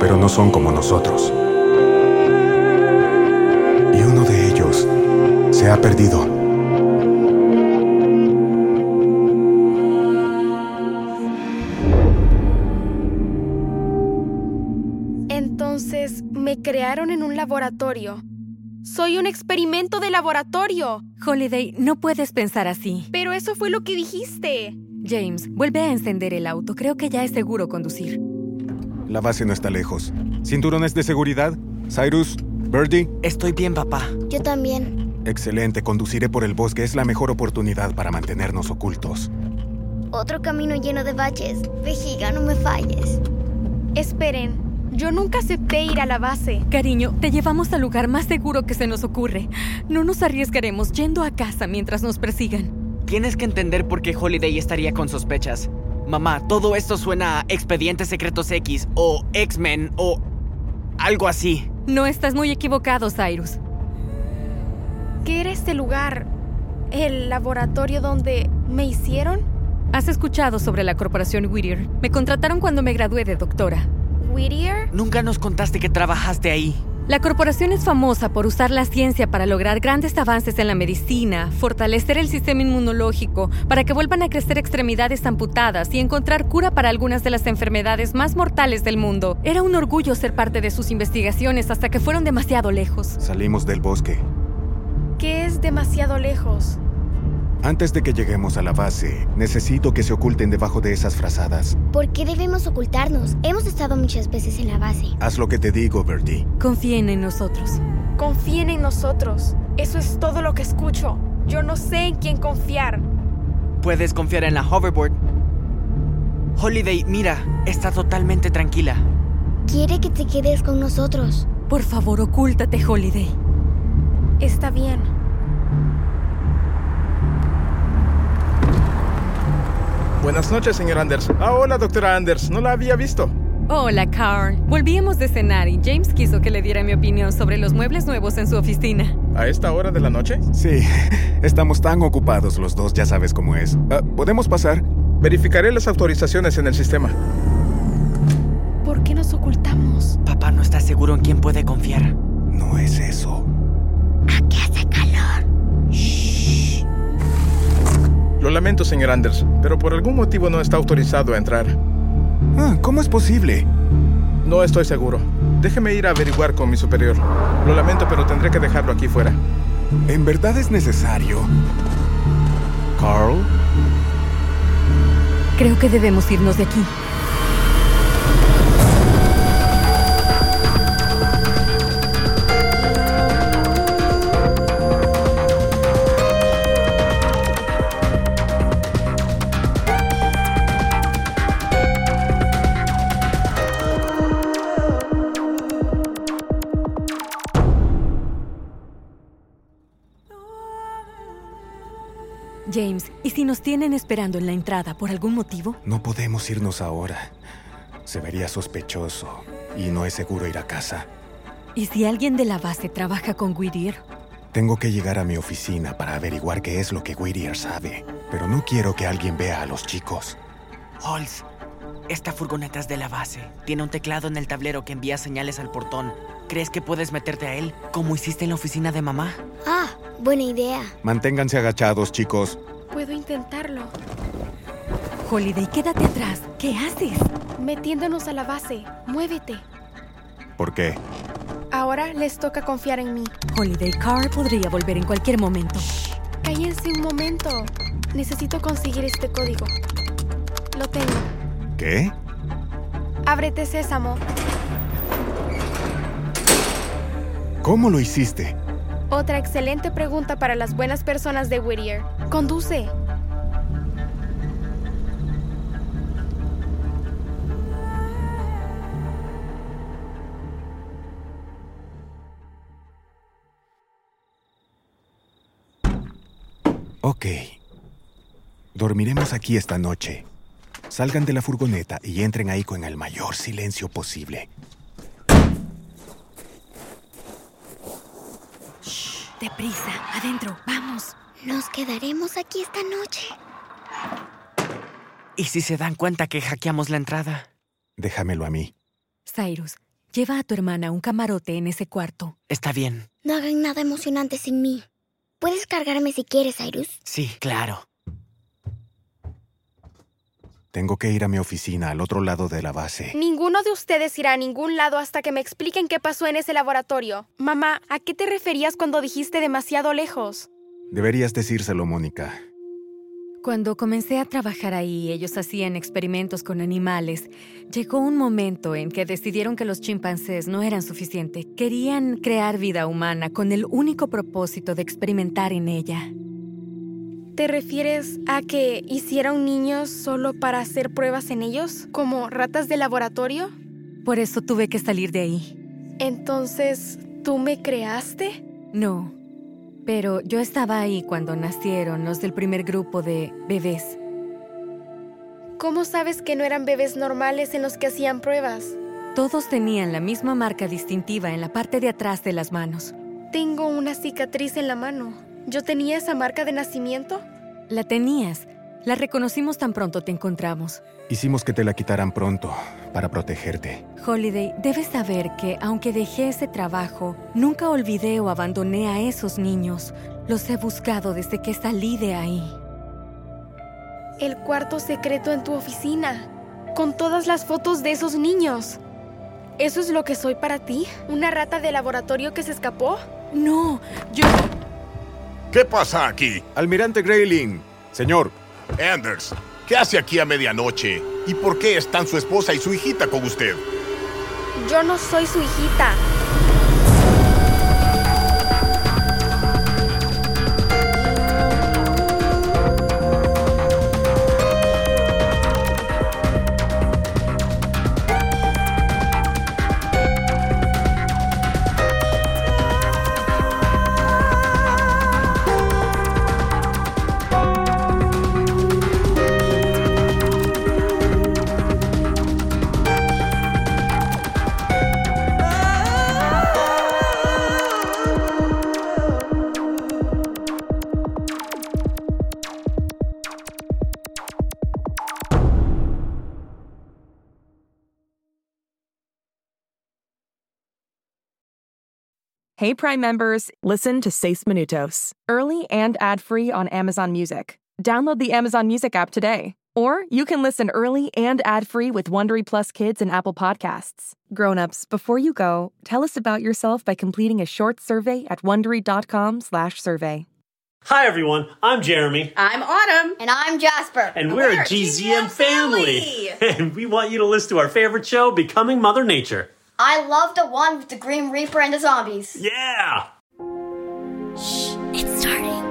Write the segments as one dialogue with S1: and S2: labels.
S1: pero no son como nosotros. Y uno de ellos se ha perdido.
S2: Entonces, me crearon en un laboratorio. Soy un experimento de laboratorio.
S3: Holiday, no puedes pensar así.
S2: Pero eso fue lo que dijiste.
S3: James, vuelve a encender el auto. Creo que ya es seguro conducir.
S1: La base no está lejos. Cinturones de seguridad. Cyrus, Birdie,
S4: Estoy bien, papá.
S5: Yo también.
S1: excelente. Conduciré por el bosque. Es la mejor oportunidad para mantenernos ocultos.
S5: Otro camino lleno de baches. Vejiga, no me falles.
S2: Esperen, yo nunca acepté ir a la base.
S3: Cariño, te llevamos al lugar más seguro que se nos ocurre. No nos arriesgaremos yendo a casa mientras nos persigan.
S4: Tienes que entender por qué Holiday estaría con sospechas. Mamá, todo esto suena a Expedientes Secretos X o X-Men o algo así.
S3: No estás muy equivocado, Cyrus.
S2: ¿Qué era este lugar? ¿El laboratorio donde me hicieron?
S3: Has escuchado sobre la corporación Whittier. Me contrataron cuando me gradué de doctora.
S2: ¿Whittier?
S4: Nunca nos contaste que trabajaste ahí.
S3: La corporación es famosa por usar la ciencia para lograr grandes avances en la medicina, fortalecer el sistema inmunológico para que vuelvan a crecer extremidades amputadas y encontrar cura para algunas de las enfermedades más mortales del mundo. Era un orgullo ser parte de sus investigaciones hasta que fueron demasiado lejos.
S1: Salimos del bosque.
S2: Que es demasiado lejos.
S1: Antes de que lleguemos a la base, necesito que se oculten debajo de esas frazadas.
S5: ¿Por qué debemos ocultarnos? Hemos estado muchas veces en la base.
S1: Haz lo que te digo, Birdie.
S3: Confíen en nosotros.
S2: Confíen en nosotros. Eso es todo lo que escucho. Yo no sé en quién confiar.
S4: Puedes confiar en la hoverboard. Holiday, mira, está totalmente tranquila.
S5: Quiere que te quedes con nosotros.
S3: Por favor, ocúltate, Holiday.
S2: Está bien.
S6: Buenas noches, señor Anders. Ah, hola, doctora Anders. No la había visto.
S3: Hola, Carl. Volvíamos de cenar y James quiso que le diera mi opinión sobre los muebles nuevos en su oficina.
S6: ¿A esta hora de la noche?
S1: Sí, estamos tan ocupados los dos, ya sabes cómo es. Ah, ¿Podemos pasar?
S6: Verificaré las autorizaciones en el sistema.
S2: ¿Por qué nos ocultamos?
S4: Papá no está seguro en quién puede confiar.
S1: No es eso.
S6: Lo lamento, señor Anders, pero por algún motivo no está autorizado a entrar.
S1: Ah, ¿Cómo es posible?
S6: No estoy seguro. Déjeme ir a averiguar con mi superior. Lo lamento, pero tendré que dejarlo aquí fuera.
S1: ¿En verdad es necesario? Carl,
S3: Creo que debemos irnos de aquí. James, ¿y si nos tienen esperando en la entrada por algún motivo?
S1: no podemos irnos ahora. Se vería sospechoso y no es seguro ir a casa.
S3: ¿Y si alguien de la base trabaja con Whittier?
S1: Tengo que llegar a mi oficina para averiguar qué es lo que Whittier sabe, pero no quiero que alguien vea a los chicos.
S4: Halls, esta furgoneta es de la base. Tiene un teclado en el tablero que envía señales al portón. ¿Crees que puedes meterte a él como hiciste en la oficina de mamá?
S5: Ah, buena idea.
S1: Manténganse agachados, chicos.
S2: Puedo intentarlo.
S3: Holiday, quédate atrás. ¿Qué haces?
S2: Metiéndonos a la base. Muévete.
S1: ¿Por qué?
S2: Ahora les toca confiar en mí.
S3: Holiday Carl podría volver en cualquier momento.
S2: Cállense un momento. Necesito conseguir este código. Lo tengo.
S1: ¿Qué?
S2: Ábrete, Sésamo.
S1: ¿Cómo lo hiciste?
S2: Otra excelente pregunta para las buenas personas de Whittier. Conduce.
S1: Ok. Dormiremos aquí esta noche. Salgan de la furgoneta y entren ahí con el mayor silencio posible.
S3: Deprisa, adentro, vamos.
S5: Nos quedaremos aquí esta noche.
S4: ¿Y si se dan cuenta que hackeamos la entrada?
S1: Déjamelo a mí.
S3: Cyrus, lleva a tu hermana a un camarote en ese cuarto.
S4: Está bien.
S5: No hagan nada emocionante sin mí. Puedes cargarme si quieres, Cyrus.
S4: Sí, claro.
S1: Tengo que ir a mi oficina al otro lado de la base.
S2: Ninguno de ustedes irá a ningún lado hasta que me expliquen qué pasó en ese laboratorio. Mamá, ¿a qué te referías cuando dijiste demasiado lejos?
S1: Deberías decírselo, Mónica.
S3: Cuando comencé a trabajar ahí, ellos hacían experimentos con animales. Llegó un momento en que decidieron que los chimpancés no eran suficiente. Querían crear vida humana con el único propósito de experimentar en ella.
S2: ¿Te refieres a que hicieron niños solo para hacer pruebas en ellos? ¿Como ratas de laboratorio?
S3: Por eso tuve que salir de ahí.
S2: Entonces, ¿tú me creaste?
S3: No. Pero yo estaba ahí cuando nacieron los del primer grupo de bebés.
S2: ¿Cómo sabes que no eran bebés normales en los que hacían pruebas?
S3: Todos tenían la misma marca distintiva en la parte de atrás de las manos.
S2: Tengo una cicatriz en la mano. ¿Yo tenía esa marca de nacimiento?
S3: La tenías. La reconocimos tan pronto te encontramos.
S1: Hicimos que te la quitaran pronto para protegerte.
S3: Holiday, debes saber que aunque dejé ese trabajo, nunca olvidé o abandoné a esos niños. Los he buscado desde que salí de ahí.
S2: El cuarto secreto en tu oficina, con todas las fotos de esos niños. ¿Eso es lo que soy para ti? ¿Una rata de laboratorio que se escapó?
S3: No, yo...
S7: ¿Qué pasa aquí?
S1: Almirante Grayling. Señor,
S7: Anders, ¿qué hace aquí a medianoche? ¿Y por qué están su esposa y su hijita con usted?
S2: Yo no soy su hijita.
S8: Hey Prime members, listen to Seis Minutos, early and ad-free on Amazon Music. Download the Amazon Music app today. Or you can listen early and ad-free with Wondery Plus Kids and Apple Podcasts. Grown-ups, before you go, tell us about yourself by completing a short survey at wondery.com slash survey.
S9: Hi, everyone. I'm Jeremy,
S10: I'm Autumn.
S5: And I'm Jasper.
S9: and we're, a GZM, family. And we want you to listen to our favorite show, Becoming Mother Nature.
S5: I love the one with the Green Reaper and the zombies.
S9: Yeah!
S5: It's starting.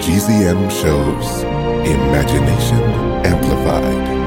S11: GZM shows Imagination Amplified.